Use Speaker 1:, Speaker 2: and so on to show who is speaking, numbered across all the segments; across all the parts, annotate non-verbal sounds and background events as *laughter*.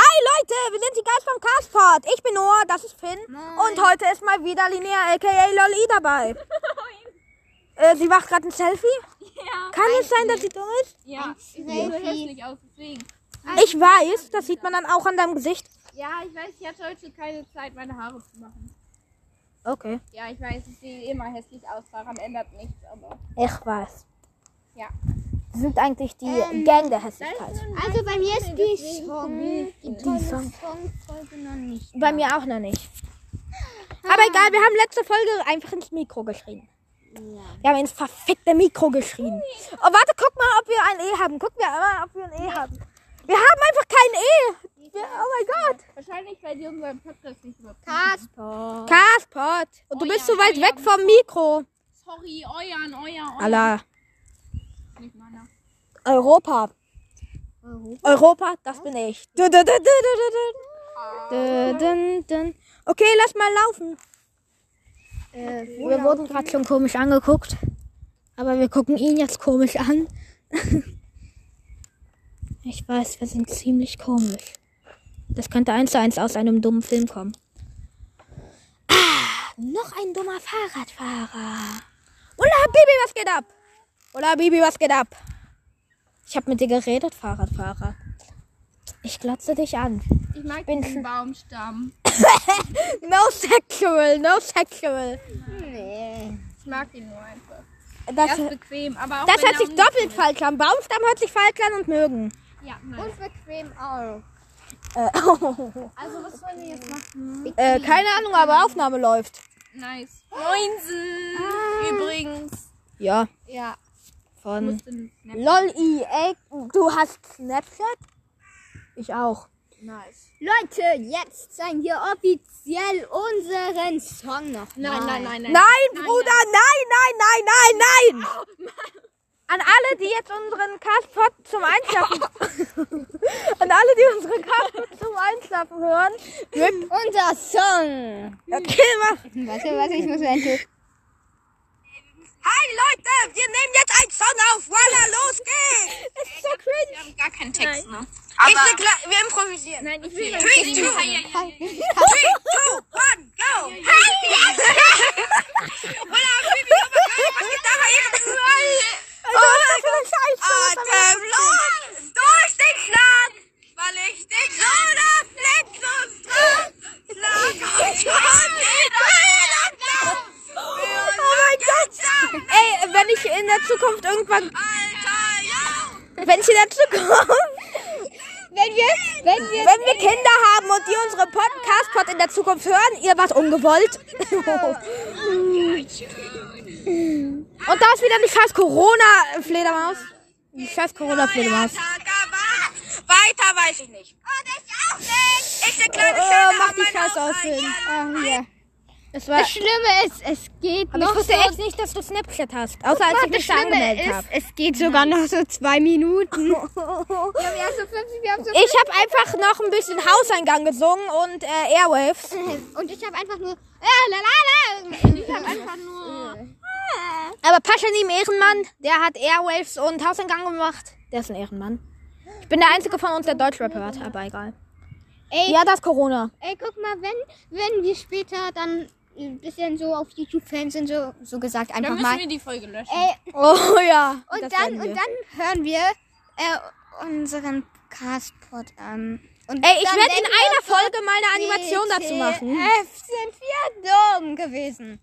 Speaker 1: wir sind die Geist vom Castport. Ich bin Noah, das ist Finn.
Speaker 2: Moin.
Speaker 1: Und heute ist mal wieder Linnea aka Lolli dabei. Äh, sie macht gerade ein Selfie.
Speaker 3: Ja.
Speaker 1: Kann es sein, dass sie dumm ist?
Speaker 3: Ja. Sieht so
Speaker 2: Selfie.
Speaker 3: hässlich aus, deswegen.
Speaker 1: Ich weiß, das sieht man dann auch an deinem Gesicht.
Speaker 3: Ja, ich weiß, ich hatte heute keine Zeit, meine Haare zu machen.
Speaker 1: Okay.
Speaker 3: Ja, ich weiß, ich sehe immer hässlich aus, daran ändert nichts, aber.
Speaker 1: Ich weiß.
Speaker 3: Ja.
Speaker 1: Sie sind eigentlich die
Speaker 2: Ähm,
Speaker 1: Gang der
Speaker 3: Da ist
Speaker 1: Hässlichkeit.
Speaker 3: nur ein
Speaker 2: Also bei mir ist die
Speaker 3: deswegen-
Speaker 2: Song, die tolle
Speaker 1: Song.
Speaker 2: Songfolge noch nicht.
Speaker 1: Bei mir auch noch nicht.
Speaker 3: Ah.
Speaker 1: Aber egal, wir haben letzte Folge einfach ins Mikro geschrien.
Speaker 2: Ja.
Speaker 1: Wir haben ins verfickte Mikro geschrien. Oh, warte, guck mal, ob wir ein E haben. Guck mal, ob wir ein E haben. Wir haben einfach kein E. Wir, oh mein Gott.
Speaker 3: Wahrscheinlich, weil die unseren Podcast nicht überprüfen.
Speaker 2: Kasper.
Speaker 1: Carsport. Und du
Speaker 3: Oh
Speaker 1: bist
Speaker 3: ja,
Speaker 1: so weit
Speaker 3: oh ja.
Speaker 1: weg vom Mikro.
Speaker 3: Sorry, euren, euer, euer.
Speaker 1: Allah.
Speaker 3: Nicht meiner.
Speaker 1: Europa.
Speaker 2: Europa.
Speaker 1: Europa, das bin ich. Du, du, du, du, du, du, du. Du, dun, dun. Okay, lass mal laufen.
Speaker 2: Äh,
Speaker 1: Wir wurden gerade schon komisch angeguckt. Aber wir gucken ihn jetzt komisch an. *laughs* Ich weiß, wir sind ziemlich komisch. Das könnte eins zu eins aus einem dummen Film kommen. Ah, noch ein dummer Fahrradfahrer. Ola, Bibi, was geht ab? Ola, Bibi, was geht ab? Ich hab mit dir geredet, Fahrradfahrer. Ich glotze dich an.
Speaker 3: Ich mag
Speaker 1: Bin
Speaker 3: diesen
Speaker 1: schon-
Speaker 3: Baumstamm.
Speaker 1: No sexual, no sexual.
Speaker 2: nee.
Speaker 3: Ich mag ihn nur einfach. Er
Speaker 1: Das,
Speaker 3: ist bequem, aber auch
Speaker 1: das
Speaker 3: wenn
Speaker 1: hört
Speaker 3: er
Speaker 1: sich
Speaker 3: un-
Speaker 1: doppelt falsch an. Baumstamm hört sich falsch an und mögen.
Speaker 3: Ja, nein.
Speaker 2: Und bequem auch.
Speaker 1: Äh,
Speaker 3: Also, was wollen wir jetzt machen?
Speaker 1: äh, keine Ahnung, aber Aufnahme läuft.
Speaker 3: Nice. Moinsen! Übrigens.
Speaker 1: Ja,
Speaker 2: Ja.
Speaker 3: Ich
Speaker 1: von
Speaker 3: musste einen Snap-
Speaker 1: LOL I, ey, du hast Snapchat? Ich auch.
Speaker 3: Nice.
Speaker 2: Leute, jetzt zeigen wir offiziell unseren Song noch.
Speaker 3: Nein, nein, nein, nein.
Speaker 1: Nein, Bruder, nein, Oh, nein, nein, nein, nein! An alle, die jetzt unseren Castpot zum Einschlafen. *laughs* An alle, die unseren Castpot zum Einschlafen *laughs* hören.
Speaker 2: Unser Song.
Speaker 1: Okay, mach.
Speaker 2: Warte, warte, ich muss mein
Speaker 1: Hi Leute, wir nehmen jetzt einen Song auf. Voila, los geht's! Das ist so cringe.
Speaker 3: Wir haben gar keinen Text, ne?
Speaker 1: Ist ne Kle- wir improvisieren.
Speaker 3: Nein, ich will
Speaker 1: Three, two, three, two, one, go! Happy! Voila, Bibi, aber geil, was geht da bei Ihnen? Atemlos durch den Schlag, weil ich den Solarplexus traf. Schlag und schon den Fehler Oh mein Gott! Ey, wenn ich in der Zukunft irgendwann.
Speaker 4: Alter, ja!
Speaker 1: Wenn ich in der Zukunft.
Speaker 2: Wenn wir, wenn
Speaker 1: Wenn wir Kinder haben und die unsere Podcast-Pod in der Zukunft hören, ihr wart ungewollt. *laughs* und da ist wieder die scheiß Corona-Fledermaus. Die scheiß Corona-Fledermaus.
Speaker 4: Tagawa! Weiter weiß ich nicht. Und ich auch nicht! Ich eine kleine
Speaker 1: Oh,
Speaker 4: Schelle
Speaker 1: mach
Speaker 4: hab
Speaker 1: die
Speaker 4: meine
Speaker 1: Scheiße
Speaker 4: Augen
Speaker 1: aus, Finn.
Speaker 4: ein.
Speaker 2: Ah, hier.
Speaker 1: Das war.
Speaker 2: Das Schlimme ist, es geht
Speaker 1: Aber ich
Speaker 2: noch
Speaker 1: wusste
Speaker 2: so
Speaker 1: echt nicht, dass du Snapchat hast. Außer als ich
Speaker 2: das
Speaker 1: mich da
Speaker 2: Schlimme
Speaker 1: angemeldet
Speaker 2: ist,
Speaker 1: habe.
Speaker 2: es geht sogar noch so zwei Minuten. Wir haben erst so 50, wir haben so
Speaker 1: Ich habe einfach noch ein bisschen Hauseingang gesungen und äh, Airwaves.
Speaker 2: Und ich habe einfach nur. Äh, la, la, la. Und Ich habe einfach
Speaker 1: Aber Paschanim Ehrenmann, der hat Airwaves und Hauseingang gemacht. Der ist ein Ehrenmann. Ich bin der einzige von uns, der Deutschrap hört, aber egal.
Speaker 2: Ey.
Speaker 1: Ja, das ist Corona.
Speaker 2: Ey, guck mal, wenn, wenn wir später dann ein bisschen so auf YouTube-Fans sind, so, so gesagt
Speaker 3: Dann
Speaker 2: einfach
Speaker 3: müssen
Speaker 2: mal.
Speaker 3: wir die Folge löschen.
Speaker 2: Ey,
Speaker 1: Oh ja.
Speaker 2: und
Speaker 1: das
Speaker 2: dann,
Speaker 1: werden
Speaker 2: und
Speaker 1: wir.
Speaker 2: dann hören wir äh, unseren Castpod an. Und
Speaker 1: Ey, ich
Speaker 2: dann
Speaker 1: werde in
Speaker 2: denken wir
Speaker 1: einer
Speaker 2: uns, Äh,
Speaker 1: Folge mal eine Animation dazu machen.
Speaker 2: WTF sind wir dumm gewesen.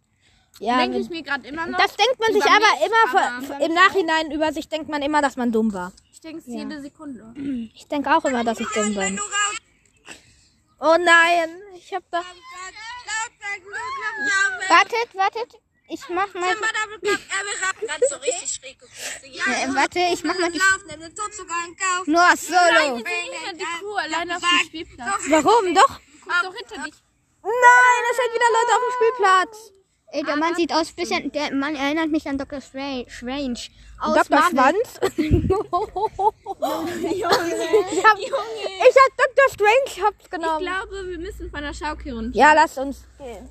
Speaker 1: Ja,
Speaker 3: Denke ich mir gerade immer noch.
Speaker 1: das denkt man sich
Speaker 3: Über
Speaker 1: aber
Speaker 3: mich,
Speaker 1: immer
Speaker 3: aber
Speaker 1: vor-
Speaker 3: dann
Speaker 1: im Nachhinein über sich denkt man immer, dass man dumm war.
Speaker 3: ich denke es jede Sekunde.
Speaker 1: Ich denke auch immer, dass ich dumm
Speaker 4: Wenn
Speaker 1: bin.
Speaker 4: du raus-
Speaker 1: Oh nein, ich hab da
Speaker 4: Lautberg, Ludwigshafen,
Speaker 2: Wartet, wartet. Ich mach mal.
Speaker 4: Timber, Double Cup, Emerald. Ganz so richtig schräg gegrüßt. Ja,
Speaker 2: Äh, warte, ich mach mal die.
Speaker 4: Laufen, denn es tut sogar einen Kauf.
Speaker 2: Nur Solo.
Speaker 3: Nein, wir sind nicht hinter die Kuh alleine auf dem Spielplatz.
Speaker 1: Warum doch?
Speaker 3: Guck doch hinter dich.
Speaker 1: Nein, es sind wieder Leute auf dem Spielplatz.
Speaker 2: Ey, der Mann sieht aus bisschen. Der Mann erinnert mich an Dr. Strange. Strange aus
Speaker 1: Dr.
Speaker 2: Marvel.
Speaker 1: Schwanz?
Speaker 2: *laughs*
Speaker 1: ich, hab, ich hab Dr. Strange hab's
Speaker 3: Ich
Speaker 1: genommen.
Speaker 3: glaube, wir müssen von der Schaukel runter.
Speaker 1: Ja, lass uns gehen.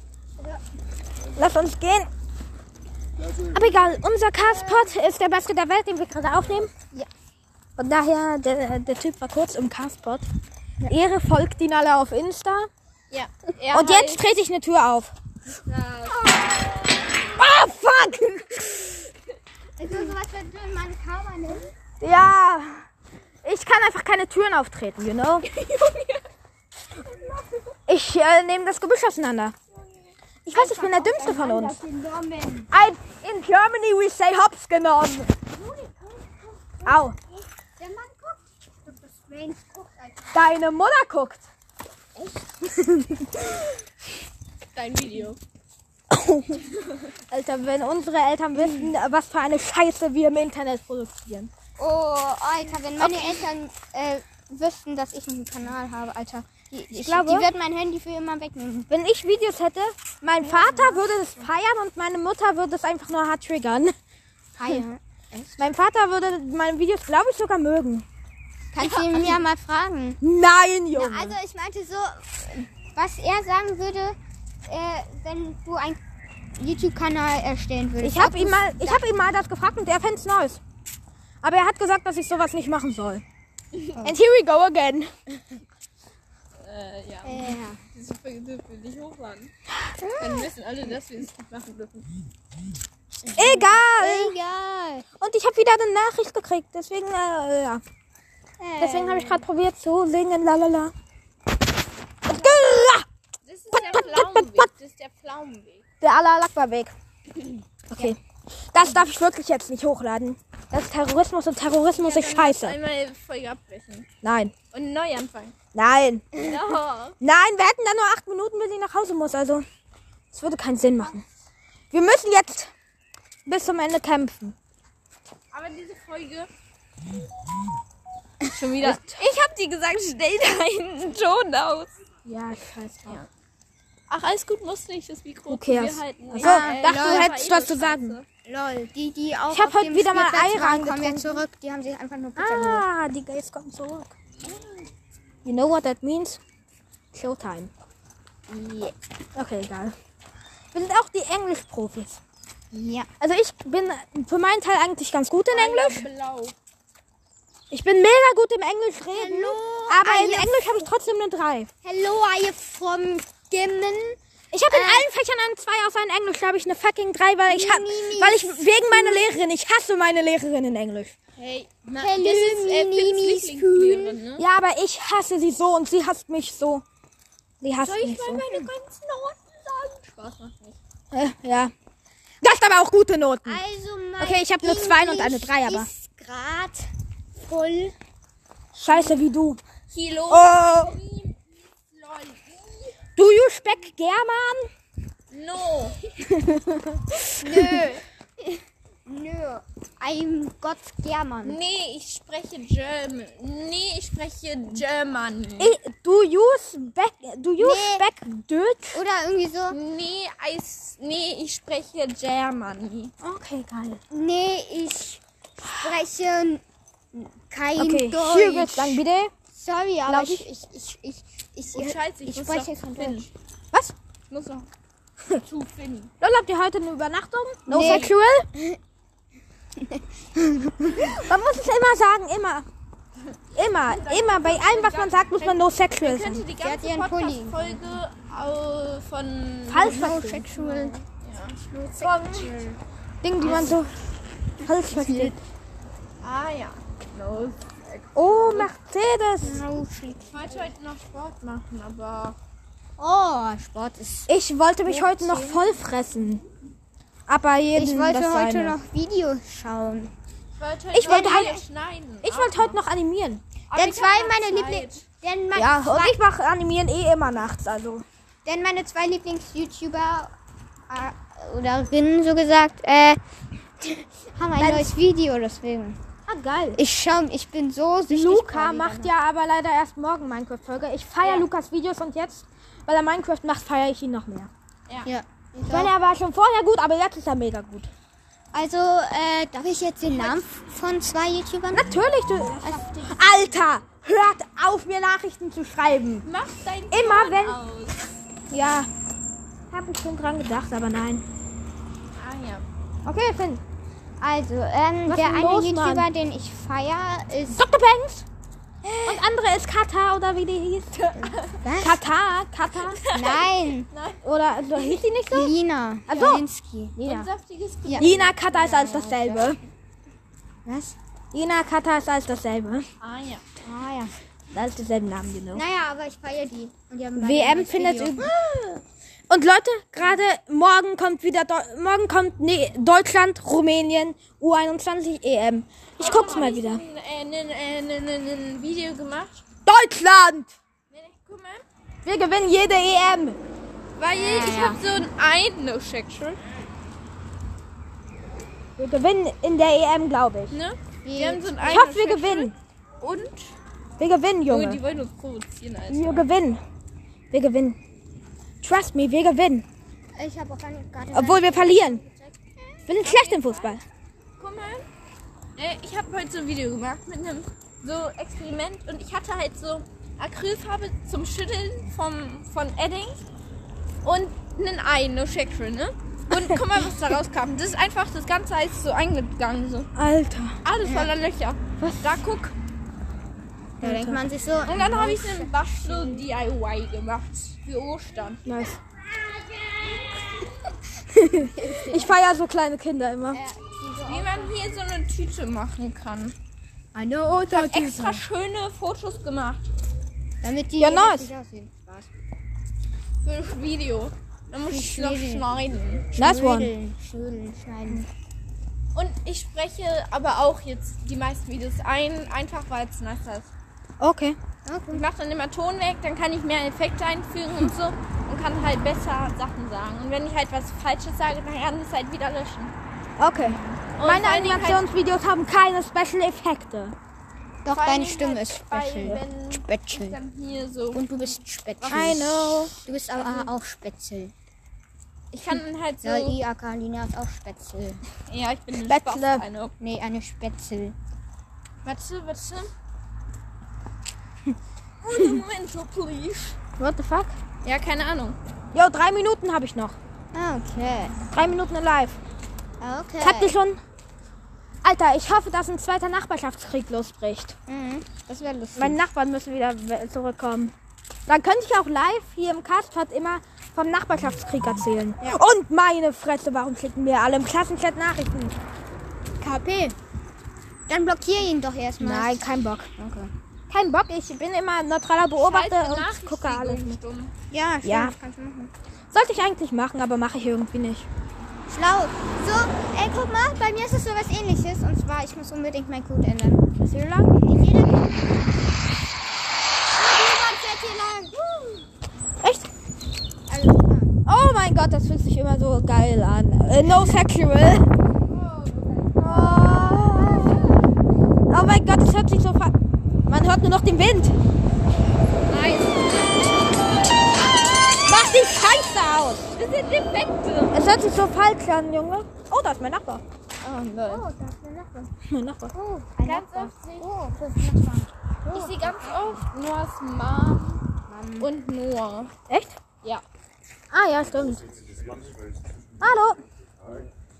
Speaker 1: Lass uns gehen. Aber egal, unser Castpot ist der beste der Welt, den wir gerade aufnehmen.
Speaker 2: Ja.
Speaker 1: Von daher, der, der Typ war kurz im Castpot. Ehre folgt ihn alle auf Insta.
Speaker 2: Ja.
Speaker 1: Und jetzt trete ich eine Tür auf. Ah, fuck!
Speaker 2: Also sowas würde man kaum nehmen.
Speaker 1: Ja. Ich kann einfach keine Türen auftreten, you know? Ich äh, nehme das Gebüsch auseinander. Ich weiß, ich bin der dümmste von uns. Ein, in Germany we say hops genommen. Au,
Speaker 2: Der Mann guckt. Und das Strange guckt einfach.
Speaker 1: deine Mutter guckt.
Speaker 3: Dein Video.
Speaker 1: Alter, wenn unsere Eltern wissen, was für eine Scheiße wir im Internet produzieren.
Speaker 2: Oh, Alter, wenn meine Eltern äh, wüssten, dass ich einen Kanal habe, Alter. Die, ich,
Speaker 1: glaube-
Speaker 2: die würden mein Handy für immer wegnehmen.
Speaker 1: Wenn ich Videos hätte, mein Vater würde es feiern und meine Mutter würde es einfach nur hart triggern.
Speaker 2: *laughs* Hi.
Speaker 1: Mein Vater würde meine Videos, glaube ich, sogar mögen.
Speaker 2: *laughs* Kannst du ihn ja mal fragen.
Speaker 1: Nein, Junge.
Speaker 2: Also ich meinte so, was er sagen würde, äh, wenn du einen YouTube-Kanal erstellen würdest.
Speaker 1: ich habe
Speaker 2: Ob
Speaker 1: ihm,
Speaker 2: du's-
Speaker 1: mal- ich hab ihm mal das gefragt und er fänd's nice. Aber er hat gesagt, dass ich sowas nicht machen soll. *laughs* And here we go again.
Speaker 3: Äh, ja.
Speaker 2: Äh,
Speaker 3: Das ist für, das für dich hochladen. Dann wissen alle, dass wir es nicht machen dürfen.
Speaker 1: Egal.
Speaker 2: egal.
Speaker 1: Und ich habe wieder eine Nachricht gekriegt. Deswegen, äh, ja. Deswegen habe ich gerade probiert zu singen. Lalala.
Speaker 3: Das ist der Pflaumenweg. Das ist der Pflaumenweg.
Speaker 1: Der Alalakba-Weg. Okay. Das darf ich wirklich jetzt nicht hochladen. Das ist Terrorismus und Terrorismus ist scheiße.
Speaker 3: Einmal Folge abbrechen.
Speaker 1: Nein.
Speaker 3: Und neu anfangen.
Speaker 1: Nein.
Speaker 3: No.
Speaker 1: Nein, wir hätten dann nur acht Minuten, bis ich nach Hause muss. Also, es würde keinen Sinn machen. Wir müssen jetzt bis zum Ende kämpfen.
Speaker 3: Aber diese Folge. Schon wieder.
Speaker 4: Ich hab dir gesagt, stell deinen Ton aus.
Speaker 1: Ja, scheiße. Ja.
Speaker 3: Ach, alles gut, muss nicht das Mikro
Speaker 1: Okay,
Speaker 3: zu
Speaker 1: hast-
Speaker 3: mir halten.
Speaker 1: Achso, dachte, du hättest was zu sagen.
Speaker 2: Äh, Lol, die, die auch
Speaker 1: Ich hab
Speaker 2: auf
Speaker 1: heute
Speaker 2: dem
Speaker 1: wieder mal
Speaker 2: Spielplatz
Speaker 1: Ei
Speaker 2: waren, kommen
Speaker 1: reingetrunken.
Speaker 2: jetzt zurück. Die haben sich einfach nur Pizza geholt.
Speaker 1: Ah, die Gays kommen zurück. You know what that means? Showtime. Okay, egal. Wir sind auch die Englischprofis.
Speaker 2: Ja.
Speaker 1: Also ich bin für meinen Teil eigentlich ganz gut in Englisch.
Speaker 3: Blau.
Speaker 1: Ich bin mega gut im Englisch reden. aber in
Speaker 2: I-
Speaker 1: Englisch habe ich trotzdem eine 3.
Speaker 2: Hello, are you from Gimmen?
Speaker 1: Ich habe in allen Fächern eine 2, außer in Englisch habe ich eine fucking 3, weil ich hab, weil ich wegen meiner Lehrerin, ich hasse meine Lehrerin in Englisch.
Speaker 3: Hey, na,
Speaker 2: Hello,
Speaker 3: das ist äh,
Speaker 2: Mimi,
Speaker 3: Pipps
Speaker 2: Miss
Speaker 3: Lieblingslehrerin, ne?
Speaker 1: Ja, aber ich hasse sie so und sie hasst mich so. Sie hasst mich so.
Speaker 3: meine ganzen Noten sagen. Spaß macht nicht.
Speaker 1: Äh, ja. Das sind aber auch gute Noten.
Speaker 2: Also mein
Speaker 1: Okay, ich hab nur zwei und eine drei, aber-
Speaker 2: Ist grad voll.
Speaker 1: Scheiße wie du.
Speaker 3: Kilo.
Speaker 1: Oh.
Speaker 3: Lol.
Speaker 1: Do you speak German?
Speaker 3: No.
Speaker 2: Nö. I'm Gott German.
Speaker 3: Nee, ich spreche German. Nee, ich spreche German.
Speaker 1: I, Eh, do you speak do you
Speaker 2: Nee.
Speaker 1: speak Deutsch?
Speaker 2: Oder irgendwie so.
Speaker 3: Nee, Eis. Nee, ich spreche German.
Speaker 1: Okay, geil.
Speaker 2: Nee, ich spreche kein
Speaker 1: Okay, hier
Speaker 2: Deutsch.
Speaker 1: wird's lang bitte.
Speaker 2: Sorry, aber
Speaker 1: Glaub
Speaker 2: ich, ich, ich, ich, ich,
Speaker 3: Oh, scheiße, ich
Speaker 2: ich,
Speaker 3: muss
Speaker 2: spreche
Speaker 3: doch
Speaker 2: kein
Speaker 3: Finn.
Speaker 2: Deutsch.
Speaker 1: Was?
Speaker 3: Ich muss noch *laughs* zu Finn.
Speaker 1: Lol, habt ihr heute eine Übernachtung? No
Speaker 2: Nee.
Speaker 1: sexual?
Speaker 2: *laughs*
Speaker 1: man muss es immer sagen, immer. Immer, immer. Bei allem, was man sagt, muss man no sexual
Speaker 3: Könnte
Speaker 1: sagen.
Speaker 3: die
Speaker 2: hat
Speaker 3: ganze
Speaker 2: ihren Pulli.
Speaker 3: Podcast-Folge äh, von.
Speaker 1: Falsch
Speaker 2: No
Speaker 1: verstehen.
Speaker 2: sexual.
Speaker 1: Dinge, die man so falsch versteht.
Speaker 3: Ah ja. No.
Speaker 1: Oh, Mercedes.
Speaker 2: No sexual.
Speaker 3: Ich wollte heute noch Sport machen, aber.
Speaker 2: Oh, Sport ist.
Speaker 1: Ich wollte mich heute noch voll fressen. Aber jeden
Speaker 2: Ich
Speaker 1: das
Speaker 2: wollte heute
Speaker 1: seine.
Speaker 2: noch Videos schauen.
Speaker 3: Ich wollte heute
Speaker 1: Ich wollte
Speaker 3: noch
Speaker 1: heute-
Speaker 3: Video schneiden.
Speaker 1: Ich wollte heute noch animieren.
Speaker 3: Aber
Speaker 2: Denn
Speaker 3: ich hab
Speaker 2: zwei
Speaker 3: noch
Speaker 2: meiner
Speaker 3: Zeit.
Speaker 2: Lieblings. Denn, mein,
Speaker 1: Ja, und ich mache animieren eh immer nachts, also.
Speaker 2: denn meine zwei Lieblings-YouTuber äh, oder Rinnen so gesagt, *laughs* äh, haben ein neues Video deswegen.
Speaker 1: Ah, geil.
Speaker 2: Ich schau, ich bin so süchtig.
Speaker 1: Luca
Speaker 2: bei Liedern.
Speaker 1: macht ja aber leider erst morgen Minecraft-Folge. Ich feiere Lukas Videos und jetzt, weil er Minecraft macht, feiere ich ihn noch mehr.
Speaker 2: Ja.
Speaker 1: Ich meine, er war schon vorher gut, aber jetzt ist er mega gut.
Speaker 2: Also, äh, darf ich jetzt den Namen von zwei YouTubern?
Speaker 1: Natürlich, du. Alter, hört auf, mir Nachrichten zu schreiben.
Speaker 3: Mach dein
Speaker 1: Immer
Speaker 3: Ton
Speaker 1: wenn-
Speaker 3: Aus.
Speaker 1: Ja, hab ich schon dran gedacht, aber nein.
Speaker 3: Ah ja.
Speaker 1: Okay, Finn.
Speaker 2: Also, ähm,
Speaker 1: Was
Speaker 2: der
Speaker 1: denn
Speaker 2: eine
Speaker 1: los,
Speaker 2: YouTuber,
Speaker 1: Mann?
Speaker 2: *laughs* den ich feier, ist
Speaker 1: Dr. Banks. Und andere ist Kata oder wie die hieß.
Speaker 2: Was?
Speaker 1: Kata, Kata.
Speaker 2: Nein,
Speaker 1: Oder so hieß die nicht so?
Speaker 2: Lina.
Speaker 1: Ach so.
Speaker 2: Kalinski. Lina.
Speaker 3: Saftiges
Speaker 2: Ja.
Speaker 1: Jena Kata ist alles dasselbe.
Speaker 2: Was?
Speaker 1: Jena Kata ist alles dasselbe.
Speaker 3: Ah ja.
Speaker 2: Ah ja.
Speaker 1: Alles dieselben Namen, genau.
Speaker 2: Naja, aber ich feiere die. Und die haben beide
Speaker 1: WM
Speaker 2: ein neues
Speaker 1: findet
Speaker 2: Video.
Speaker 1: üb- Und Leute, gerade morgen kommt wieder Deu morgen kommt nee, Deutschland, Rumänien, U21 EM. Ich guck's mal wieder.
Speaker 3: Ein, äh, ein, ein, ein, ein Video gemacht.
Speaker 1: Deutschland!
Speaker 3: Nee, nee, guck mal.
Speaker 1: Wir gewinnen jede E EM.
Speaker 3: Weil ich habe so ein Ein... No, check schon.
Speaker 1: Wir gewinnen in der EM, glaube ich.
Speaker 3: Ne? Wir haben so ein Ein...
Speaker 1: Ich hoffe, wir gewinnen.
Speaker 3: Und?
Speaker 1: Wir gewinnen,
Speaker 3: Oh,
Speaker 1: Junge.
Speaker 3: die wollen uns provozieren, Alter.
Speaker 1: Wir gewinnen. Wir gewinnen. Trust me, wir gewinnen.
Speaker 2: Ich habe auch einen Garten.
Speaker 1: Obwohl wir verlieren. Wir sind schlecht im Fußball.
Speaker 3: Guck mal. Äh, ich habe heute so ein Video gemacht mit einem so Experiment und ich hatte halt so Acrylfarbe zum Schütteln vom, von Edding und einen Ei, no shake Shrimp, ne? Und guck mal,
Speaker 1: *laughs*
Speaker 3: was da rauskam. Das ist einfach, das ganze Ei ist so eingegangen. So.
Speaker 1: Alter.
Speaker 3: Alles voller Löcher. Da guck.
Speaker 2: Da denkt man sich so.
Speaker 3: Und dann habe ich
Speaker 1: Oh,
Speaker 3: so einen Wasch so DIY gemacht. Für Ostern.
Speaker 1: Nice. *laughs* Ich feiere so kleine Kinder immer.
Speaker 3: Wie man hier so eine Tüte machen kann.
Speaker 2: Eine
Speaker 3: Extra schöne Fotos gemacht.
Speaker 2: Damit die
Speaker 1: Ja, nice.
Speaker 2: richtig aussehen. Spaß.
Speaker 3: Für das Video. Dann muss ich noch
Speaker 2: Schwede.
Speaker 3: schneiden.
Speaker 1: Nice one.
Speaker 2: Schödeln, schödeln, schneiden.
Speaker 3: Und ich spreche aber auch jetzt die meisten Videos ein, einfach weil es nice ist.
Speaker 1: Okay.
Speaker 3: Ich
Speaker 2: Okay.
Speaker 3: mache dann immer Ton weg, dann kann ich mehr Effekte einfügen und so und kann halt besser Sachen sagen. Und wenn ich halt was Falsches sage, dann kann ich es halt wieder löschen.
Speaker 1: Okay.
Speaker 3: Und
Speaker 1: Meine
Speaker 3: vor allen Dingen halt
Speaker 1: Animationsvideos haben keine Special Effekte.
Speaker 2: Doch,
Speaker 3: Vor allen
Speaker 2: deine
Speaker 3: Dingen
Speaker 2: Stimme
Speaker 3: halt
Speaker 2: ist
Speaker 3: bei-
Speaker 2: Spätzle.
Speaker 3: wenn- halt
Speaker 2: Spätzle.
Speaker 3: dann hier so.
Speaker 2: Und du bist Spätzle.
Speaker 1: I know.
Speaker 2: Du bist aber Ah, auch Spätzle.
Speaker 3: Ich kann dann halt so.
Speaker 2: Ja, die Akalina ist auch Spätzle.
Speaker 3: Ja, ich bin eine
Speaker 1: Spätzle.
Speaker 3: Spaß, eine.
Speaker 2: Nee, eine Spätzle.
Speaker 3: Warte, *laughs* warte. Oh, Moment, so please.
Speaker 1: What the fuck?
Speaker 3: Ja, keine Ahnung.
Speaker 1: Jo, drei Minuten habe ich noch.
Speaker 2: Ah, Okay. Ah,
Speaker 1: Drei Minuten live.
Speaker 2: Okay.
Speaker 1: Habt ihr schon? Alter, ich hoffe, dass ein zweiter Nachbarschaftskrieg losbricht.
Speaker 2: Mhm. Das wäre lustig.
Speaker 1: Meine Nachbarn müssen wieder we- zurückkommen. Dann könnte ich auch live hier im Castpod immer vom Nachbarschaftskrieg erzählen. Und meine Fresse, warum klicken wir alle im Klassenchat Nachrichten?
Speaker 2: KP. Dann blockier ihn doch erstmal.
Speaker 1: Nein, kein Bock.
Speaker 2: Okay.
Speaker 1: Kein Bock, ich bin immer neutraler
Speaker 3: Oh,
Speaker 1: Beobachter
Speaker 3: Halt
Speaker 1: und gucke alles.
Speaker 3: Nachrichtenstumm.
Speaker 2: Ja, stimmt,
Speaker 1: Ja.
Speaker 2: das kannst du machen.
Speaker 1: Sollte ich eigentlich machen, aber mache ich irgendwie nicht.
Speaker 2: Schlau. So, ey, guck mal, bei mir ist es so was ähnliches. Und zwar, ich muss unbedingt meinen Code ändern.
Speaker 1: Ist hier lang?
Speaker 2: In jedem. Oh, jemand fährt hier lang.
Speaker 1: Echt?
Speaker 2: Also, ja.
Speaker 1: Oh mein Gott, das fühlt sich immer so geil an. Äh, no sexual. Oh. oh mein Gott, das hört sich so ver... Man hört nur noch den Wind. Mach die Scheiße aus.
Speaker 3: Das sind Defekte.
Speaker 1: Es hört sich so falsch an, Junge. Oh, da ist mein Nachbar.
Speaker 3: Oh, nein.
Speaker 2: Oh, da ist eine Nachbar.
Speaker 1: Mein Nachbar.
Speaker 2: Oh, ein
Speaker 3: Ganz
Speaker 2: Nachbar.
Speaker 3: oft sehe
Speaker 2: Oh, das ist Oh. ein Nachbar.
Speaker 3: ich sehe ganz oft Noahs Mom und Noah.
Speaker 1: Echt?
Speaker 3: Ja.
Speaker 1: Ah ja, stimmt. Hallo.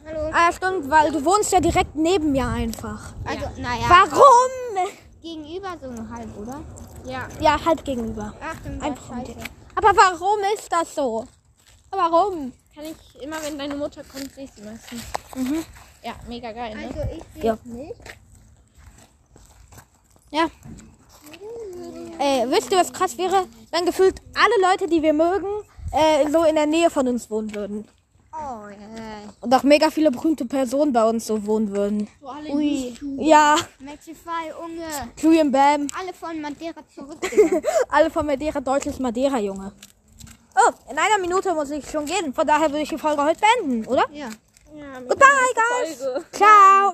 Speaker 2: Hallo.
Speaker 1: Ah ja, stimmt, weil du wohnst ja direkt neben mir einfach.
Speaker 2: Also, naja.
Speaker 1: Warum?
Speaker 2: Gegenüber so nur halb, oder?
Speaker 3: Ja.
Speaker 1: Ja, halb gegenüber.
Speaker 2: Ach, dann
Speaker 1: Ein
Speaker 2: war's
Speaker 1: Punkt.
Speaker 2: scheiße.
Speaker 1: Aber warum ist das so? Warum?
Speaker 3: Kann ich immer, wenn deine Mutter kommt, sehe ich sie meistens.
Speaker 1: Mhm.
Speaker 3: Ja, mega geil, ne?
Speaker 2: Also, ich sehe
Speaker 1: Ja.
Speaker 2: nicht.
Speaker 1: Ey, Äh, wisst ihr, was krass wäre? Wenn gefühlt alle Leute, die wir mögen, äh, so in der Nähe von uns wohnen würden.
Speaker 2: Oh, äh.
Speaker 1: Und auch mega viele berühmte Personen bei uns so wohnen würden.
Speaker 3: So alle
Speaker 2: Ui.
Speaker 1: Ja,
Speaker 2: Maxify, Unge.
Speaker 1: Julian Bam, *laughs*
Speaker 2: Alle von Madeira zurückgegangen.
Speaker 1: alle von Madeira, deutsches Madeira-Junge. Oh, in einer Minute muss ich schon gehen. Von daher würde ich die Folge heute beenden, oder?
Speaker 2: ja.
Speaker 1: Goodbye, guys. Ciao.